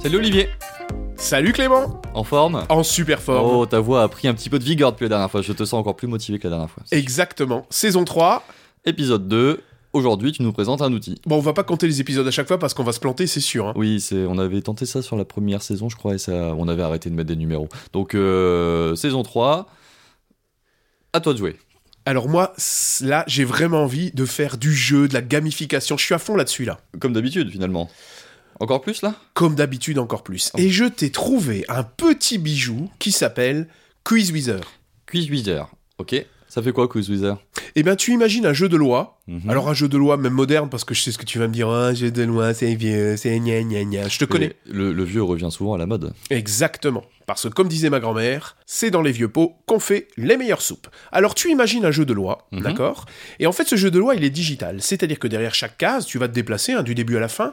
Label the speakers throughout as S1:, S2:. S1: Salut Olivier
S2: Salut Clément
S1: En forme
S2: En super forme
S1: Oh, ta voix a pris un petit peu de vigueur depuis la dernière fois. Je te sens encore plus motivé que la dernière fois.
S2: Exactement. Saison 3.
S1: Épisode 2. Aujourd'hui, tu nous présentes un outil.
S2: Bon, on va pas compter les épisodes à chaque fois parce qu'on va se planter, c'est sûr. hein.
S1: Oui, c'est, on avait tenté ça sur la première saison, je crois, et ça, on avait arrêté de mettre des numéros. Donc, euh, saison 3, à toi de jouer.
S2: Alors moi, c- là, j'ai vraiment envie de faire du jeu, de la gamification. Je suis à fond là-dessus, là.
S1: Comme d'habitude, finalement. Encore plus, là
S2: Comme d'habitude, encore plus.
S1: Oh.
S2: Et je t'ai trouvé un petit bijou qui s'appelle Quiz Wizard.
S1: Quiz Wizard. Ok. Ça fait quoi, Quiz Wizard
S2: Eh ben, tu imagines un jeu de loi.
S1: Mhm.
S2: Alors, un jeu de loi, même moderne, parce que je sais ce que tu vas me dire. Oh, Un jeu de loi, c'est vieux, c'est gna gna gna. Je te connais.
S1: Et Le, le vieux revient souvent à la mode.
S2: Exactement. Parce que, comme disait ma grand-mère, c'est dans les vieux pots qu'on fait les meilleures soupes. Alors, tu imagines un jeu de loi,
S1: Mhm.
S2: d'accord Et en fait, ce jeu de loi, il est digital. C'est-à-dire que derrière chaque case, tu vas te déplacer hein, du début à la fin.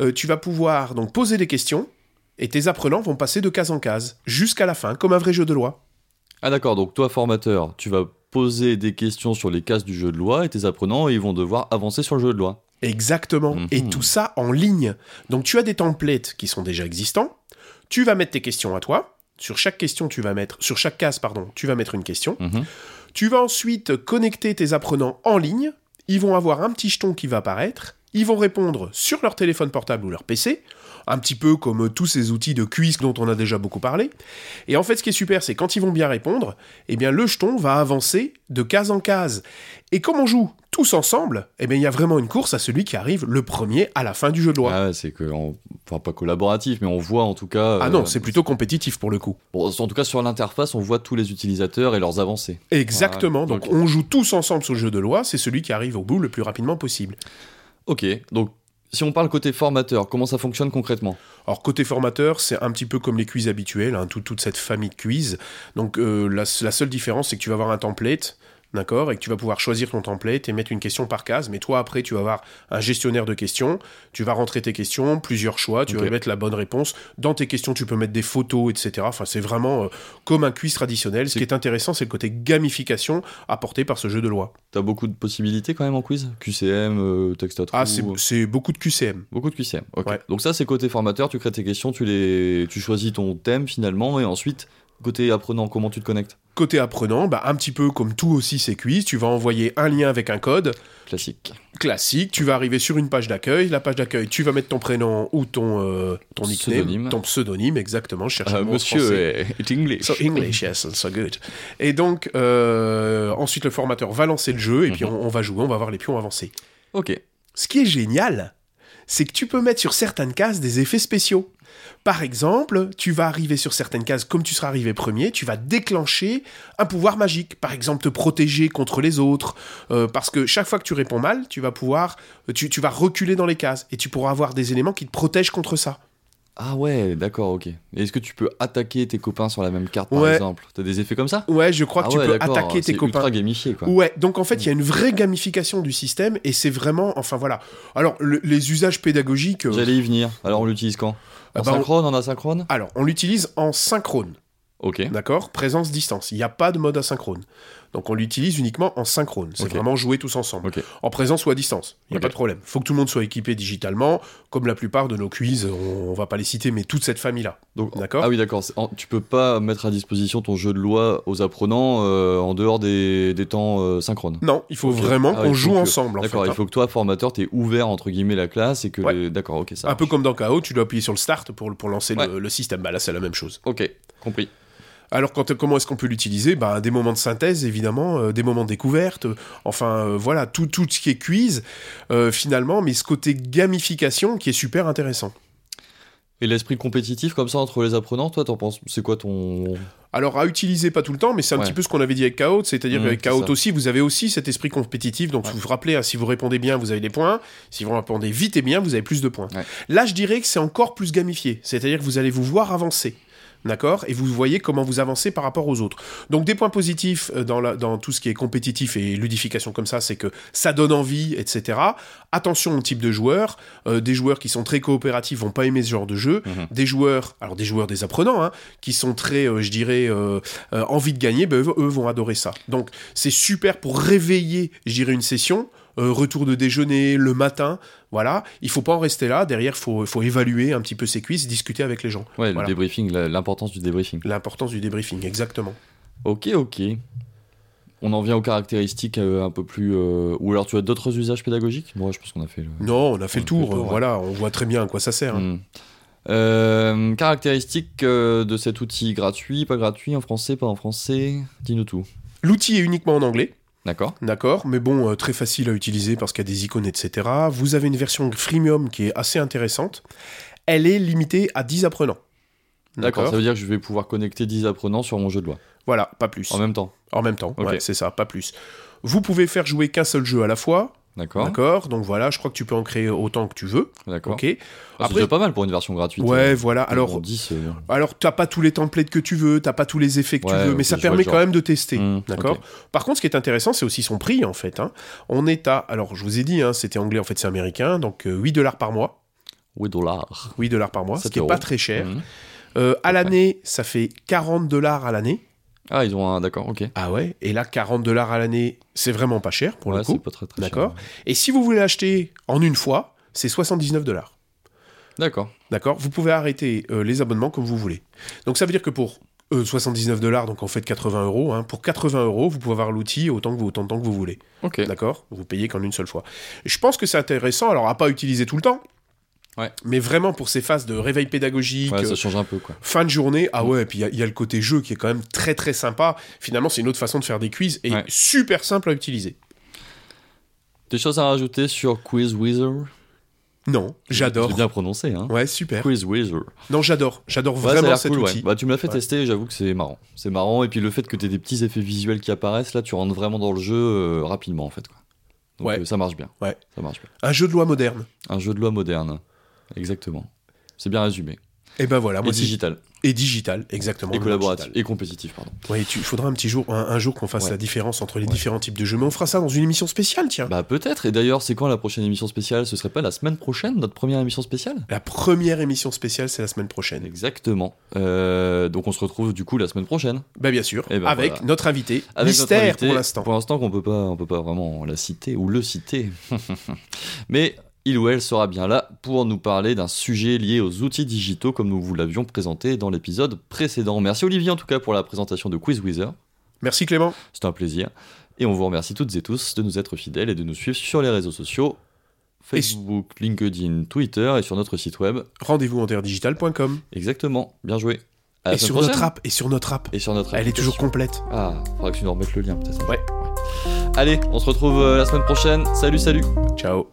S2: Euh, tu vas pouvoir donc poser des questions et tes apprenants vont passer de case en case jusqu'à la fin, comme un vrai jeu de loi.
S1: Ah d'accord, donc toi formateur, tu vas poser des questions sur les cases du jeu de loi et tes apprenants ils vont devoir avancer sur le jeu de loi.
S2: Exactement.
S1: Mhm.
S2: Et tout ça en ligne. Donc tu as des templates qui sont déjà existants. Tu vas mettre tes questions à toi. Sur chaque question, tu vas mettre, sur chaque case, pardon, tu vas mettre une question.
S1: Mhm.
S2: Tu vas ensuite connecter tes apprenants en ligne. Ils vont avoir un petit jeton qui va apparaître. Ils vont répondre sur leur téléphone portable ou leur PC, un petit peu comme euh, tous ces outils de quiz dont on a déjà beaucoup parlé. Et en fait, ce qui est super, c'est quand ils vont bien répondre, eh bien le jeton va avancer de case en case. Et comme on joue tous ensemble, eh bien il y a vraiment une course à celui qui arrive le premier à la fin du jeu de loi. Ah,
S1: Ah ouais, c'est que, on- enfin pas collaboratif, mais on voit en tout cas... euh,
S2: Ah non, c'est plutôt compétitif pour le coup.
S1: bon, en tout cas sur l'interface, on voit tous les utilisateurs et leurs avancées.
S2: Exactement. donc
S1: ok.
S2: on joue tous ensemble sur le jeu de loi. C'est celui qui arrive au bout le plus rapidement possible.
S1: Ok, donc si on parle côté formateur, comment ça fonctionne concrètement
S2: Alors côté formateur, c'est un petit peu comme les quiz habituels, hein, tout- toute cette famille de quiz. Donc euh, la, la seule différence, c'est que tu vas avoir un template, d'accord, et que tu vas pouvoir choisir ton template et mettre une question par case. Mais toi, après, tu vas avoir un gestionnaire de questions, tu vas rentrer tes questions, plusieurs choix, tu
S1: Ok.
S2: vas mettre la bonne réponse. Dans tes questions, tu peux mettre des photos, etc. Enfin, c'est vraiment euh, comme un quiz traditionnel. Ce
S1: C'est-
S2: qui est intéressant, c'est le côté gamification apporté par ce jeu de loi.
S1: T'as beaucoup de possibilités quand même en quiz QCM, euh, texte à trous,
S2: Ah, c'est- c'est beaucoup de QCM.
S1: Beaucoup de QCM, ok.
S2: Ouais.
S1: Donc ça c'est côté formateur, tu crées tes questions, tu, les... tu choisis ton thème finalement, et ensuite côté apprenant, comment tu te connectes
S2: Côté apprenant, bah, un petit peu comme tout aussi ces quiz, tu vas envoyer un lien avec un code.
S1: Classique.
S2: classique, tu vas arriver sur une page d'accueil, la page d'accueil, tu vas mettre ton prénom ou ton, euh, ton nickname,
S1: Pseudonyme.
S2: ton pseudonyme, exactement, je cherche
S1: Euh,
S2: un mot en
S1: monsieur
S2: français.
S1: est, est English.
S2: So English, yes, so good. Et donc, euh, ensuite, le formateur va lancer le jeu et puis
S1: Mhm.
S2: on, on va jouer, on va voir les pions avancer.
S1: Ok.
S2: Ce qui est génial, c'est que tu peux mettre sur certaines cases des effets spéciaux. Par exemple, tu vas arriver sur certaines cases comme tu seras arrivé premier, tu vas déclencher un pouvoir magique. Par exemple, te protéger contre les autres. euh, parce que chaque fois que tu réponds mal, tu vas pouvoir, euh, tu, tu vas reculer dans les cases et tu pourras avoir des éléments qui te protègent contre ça.
S1: Ah ouais, d'accord, ok. Et Est-ce que tu peux attaquer tes copains sur la même carte, par
S2: Ouais.
S1: exemple T'as des effets comme ça
S2: Ouais, je crois
S1: Ah
S2: que tu
S1: ouais,
S2: peux
S1: d'accord,
S2: attaquer
S1: c'est
S2: tes copains.
S1: ultra Hmm. gamifié, quoi.
S2: Ouais, donc en fait, il y a une vraie gamification du système et c'est vraiment, enfin voilà. Alors, le- les usages pédagogiques. euh,
S1: J'allais y venir. Alors on l'utilise quand En
S2: Ah bah, on-
S1: synchrone, en asynchrone
S2: Alors, on l'utilise en synchrone.
S1: Ok.
S2: D'accord Présence, distance. Il n'y a pas de mode asynchrone. Donc on l'utilise uniquement en synchrone. C'est
S1: Ok.
S2: vraiment jouer tous ensemble.
S1: Ok.
S2: En présence ou à distance. Il n'y a
S1: Ok.
S2: pas de problème. faut que tout le monde soit équipé digitalement. Comme la plupart de nos quiz, on, on va pas les citer, mais toute cette famille-là.
S1: Donc,
S2: D'accord
S1: Ah oui, d'accord. c'est- en- Tu peux pas mettre à disposition ton jeu de loi aux apprenants euh, en dehors des, des temps euh, synchrones.
S2: Non, il faut
S1: Ok.
S2: vraiment
S1: Ah,
S2: qu'on
S1: il faut
S2: joue
S1: que-
S2: ensemble. en
S1: D'accord,
S2: fait,
S1: il
S2: hein.
S1: faut que toi, formateur, t'es ouvert entre guillemets la classe et que.
S2: Ouais.
S1: les- D'accord, ok, ça.
S2: hein. Un peu
S1: marche.
S2: comme dans KO, tu dois appuyer sur le start pour, pour lancer le- le,
S1: Ouais.
S2: système. Bah là, c'est la même chose.
S1: Ok, compris.
S2: Alors quand, comment est-ce qu'on peut l'utiliser bah, Des moments de synthèse, évidemment, euh, des moments de découverte, euh, enfin euh, voilà, tout, tout ce qui est quiz, euh, finalement, mais ce côté gamification qui est super intéressant.
S1: Et l'esprit compétitif comme ça entre les apprenants, toi, t'en penses C'est quoi ton
S2: Alors à utiliser pas tout le temps, mais c'est un
S1: Ouais.
S2: petit peu ce qu'on avait dit avec Kaot, c'est-à-dire
S1: Mhm,
S2: qu'avec
S1: c'est
S2: Kaot
S1: ça.
S2: aussi, vous avez aussi cet esprit compétitif, donc
S1: Ouais.
S2: vous vous rappelez, hein, si vous répondez bien, vous avez des points, si vous répondez vite et bien, vous avez plus de points.
S1: Ouais.
S2: Là, je dirais que c'est encore plus gamifié, c'est-à-dire que vous allez vous voir avancer. D'accord Et vous voyez comment vous avancez par rapport aux autres. Donc des points positifs euh, dans, la- dans tout ce qui est compétitif et ludification comme ça, c'est que ça donne envie, etc. Attention au type de joueurs. Euh, des joueurs qui sont très coopératifs vont pas aimer ce genre de jeu.
S1: Mhm.
S2: Des joueurs, alors des joueurs, des apprenants, hein, qui sont très, euh, je dirais, euh, euh, envie de gagner, ben, eux, eux vont adorer ça. Donc c'est super pour réveiller, je dirais, une session euh, retour de déjeuner, le matin. Voilà, il faut pas en rester là. Derrière, faut faut évaluer un petit peu ses cuisses, discuter avec les gens.
S1: Ouais, le
S2: Voilà.
S1: débriefing, la- l'importance du débriefing.
S2: L'importance du débriefing, exactement.
S1: Ok, ok. On en vient aux caractéristiques euh, un peu plus. euh, Ou alors tu as d'autres usages pédagogiques Moi, je pense qu'on a fait le.
S2: Non, on a fait
S1: On
S2: le tour.
S1: fait le tour,
S2: euh,
S1: ouais.
S2: Voilà, on voit très bien à quoi ça sert. hein.
S1: Hmm. Euh, caractéristiques euh, de cet outil gratuit, pas gratuit, en français, pas en français, dis-nous tout.
S2: L'outil est uniquement en anglais.
S1: D'accord
S2: D'accord, mais bon, euh, très facile à utiliser parce qu'il y a des icônes, etc. Vous avez une version freemium qui est assez intéressante. Elle est limitée à 10 apprenants.
S1: D'accord, ça veut dire que je vais pouvoir connecter 10 apprenants sur mon jeu de loi.
S2: Voilà, pas plus.
S1: En
S2: En même,
S1: même temps.
S2: temps,
S1: Ok.
S2: ouais, c'est ça, pas plus. Vous pouvez faire jouer qu'un seul jeu à la fois.
S1: D'accord
S2: D'accord, donc voilà, je crois que tu peux en créer autant que tu veux.
S1: D'accord.
S2: Ok.
S1: Ah, c'est
S2: Après-
S1: déjà pas mal pour une version gratuite.
S2: Ouais,
S1: Euh,
S2: voilà.
S1: pour
S2: Alors,
S1: 10. euh,
S2: alors t'as pas tous les templates que tu veux, t'as pas tous les effets que
S1: Ouais,
S2: tu veux,
S1: ok,
S2: mais ça
S1: je vois le
S2: permet
S1: genre.
S2: quand même de tester.
S1: hmm,
S2: D'accord
S1: ok.
S2: Par contre, ce qui est intéressant, c'est aussi son prix, en fait. hein. On est à, alors je vous ai dit, hein, c'était anglais, en fait c'est américain, donc euh, 8 dollars par mois.
S1: Oui, dollars.
S2: 8 dollars par mois, ce
S1: Sept
S2: qui n'est
S1: euros.
S2: pas très cher.
S1: Hmm.
S2: Euh, à
S1: Ouais.
S2: l'année, ça fait 40 dollars à l'année.
S1: Ah, ils ont un. D'accord, ok.
S2: Ah ouais Et là, 40 dollars à l'année, c'est vraiment pas cher pour
S1: ouais,
S2: le
S1: c'est
S2: coup.
S1: pas très très
S2: D'accord
S1: cher.
S2: Et si vous voulez l'acheter en une fois, c'est 79 dollars.
S1: D'accord.
S2: D'accord Vous pouvez arrêter euh, les abonnements comme vous voulez. Donc ça veut dire que pour euh, 79 dollars, donc en fait 80 euros, hein, pour 80 euros, vous pouvez avoir l'outil autant, que vous, autant de temps que vous voulez.
S1: Ok.
S2: D'accord Vous payez qu'en une seule fois. Je pense que c'est intéressant, alors à pas utiliser tout le temps,
S1: Ouais.
S2: mais vraiment pour ces phases de réveil pédagogique,
S1: Ouais, ça
S2: euh,
S1: change un peu quoi.
S2: fin de journée, ah
S1: Mm.
S2: ouais, et puis il y a- il y, a le côté jeu qui est quand même très très sympa. Finalement, c'est une autre façon de faire des quiz et
S1: Ouais.
S2: super simple à utiliser.
S1: Des choses à rajouter sur Quiz Wizard
S2: Non,
S1: C'est
S2: j'adore.
S1: bien prononcé, hein.
S2: Ouais, super.
S1: Quiz Wizard.
S2: Non, j'adore. J'adore
S1: Ouais, ça a
S2: vraiment
S1: l'air
S2: cet
S1: cool, ouais.
S2: outil.
S1: Bah, tu me l'as fait
S2: Ouais.
S1: tester et j'avoue que c'est marrant. C'est marrant. Et puis le fait que tu aies des petits effets visuels qui apparaissent, là, tu rentres vraiment dans le jeu euh, rapidement, en fait. Quoi. Donc
S2: Ouais.
S1: euh, ça marche bien.
S2: Ouais.
S1: Ça marche bien.
S2: Un jeu de loi moderne.
S1: Un jeu de loi moderne. Exactement. C'est bien résumé.
S2: Et ben voilà,
S1: Et
S2: moi c'est-
S1: digital.
S2: et digital, exactement.
S1: Et
S2: le
S1: collaboratif.
S2: digital.
S1: Et compétitif, pardon.
S2: Ouais, tu- il faudra un petit jour, un, un jour qu'on fasse
S1: Ouais.
S2: la différence entre les
S1: Ouais.
S2: différents types de jeux. Mais on fera ça dans une émission spéciale, tiens.
S1: Bah peut-être. Et d'ailleurs, c'est quand la prochaine émission spéciale Ce serait pas la semaine prochaine, notre première émission spéciale
S2: La première émission spéciale, c'est la semaine prochaine.
S1: Exactement. Euh, donc on se retrouve du coup la semaine prochaine.
S2: Bah bien sûr,
S1: Eh ben,
S2: avec
S1: voilà.
S2: notre invité,
S1: Avec notre
S2: mystère
S1: invité,
S2: pour l'instant.
S1: Pour l'instant, qu'on peut pas, on peut pas vraiment la citer ou le citer. Mais il ou elle sera bien là pour nous parler d'un sujet lié aux outils digitaux, comme nous vous l'avions présenté dans l'épisode précédent. Merci Olivier en tout cas pour la présentation de Quiz Wizard.
S2: Merci Clément.
S1: C'était un plaisir. Et on vous remercie toutes et tous de nous être fidèles et de nous suivre sur les réseaux sociaux.
S2: Et su-
S1: Facebook, LinkedIn, Twitter et sur notre site web.
S2: Rendez-vous en terredigital.com
S1: Exactement. Bien joué. À la
S2: et
S1: semaine
S2: sur
S1: prochaine.
S2: notre app et sur notre app.
S1: Et sur notre
S2: Elle est toujours
S1: application.
S2: complète.
S1: Ah, faudra que tu nous remettes le lien peut-être.
S2: Ouais.
S1: Allez, on se retrouve euh, la semaine prochaine. Salut, salut.
S2: Ciao.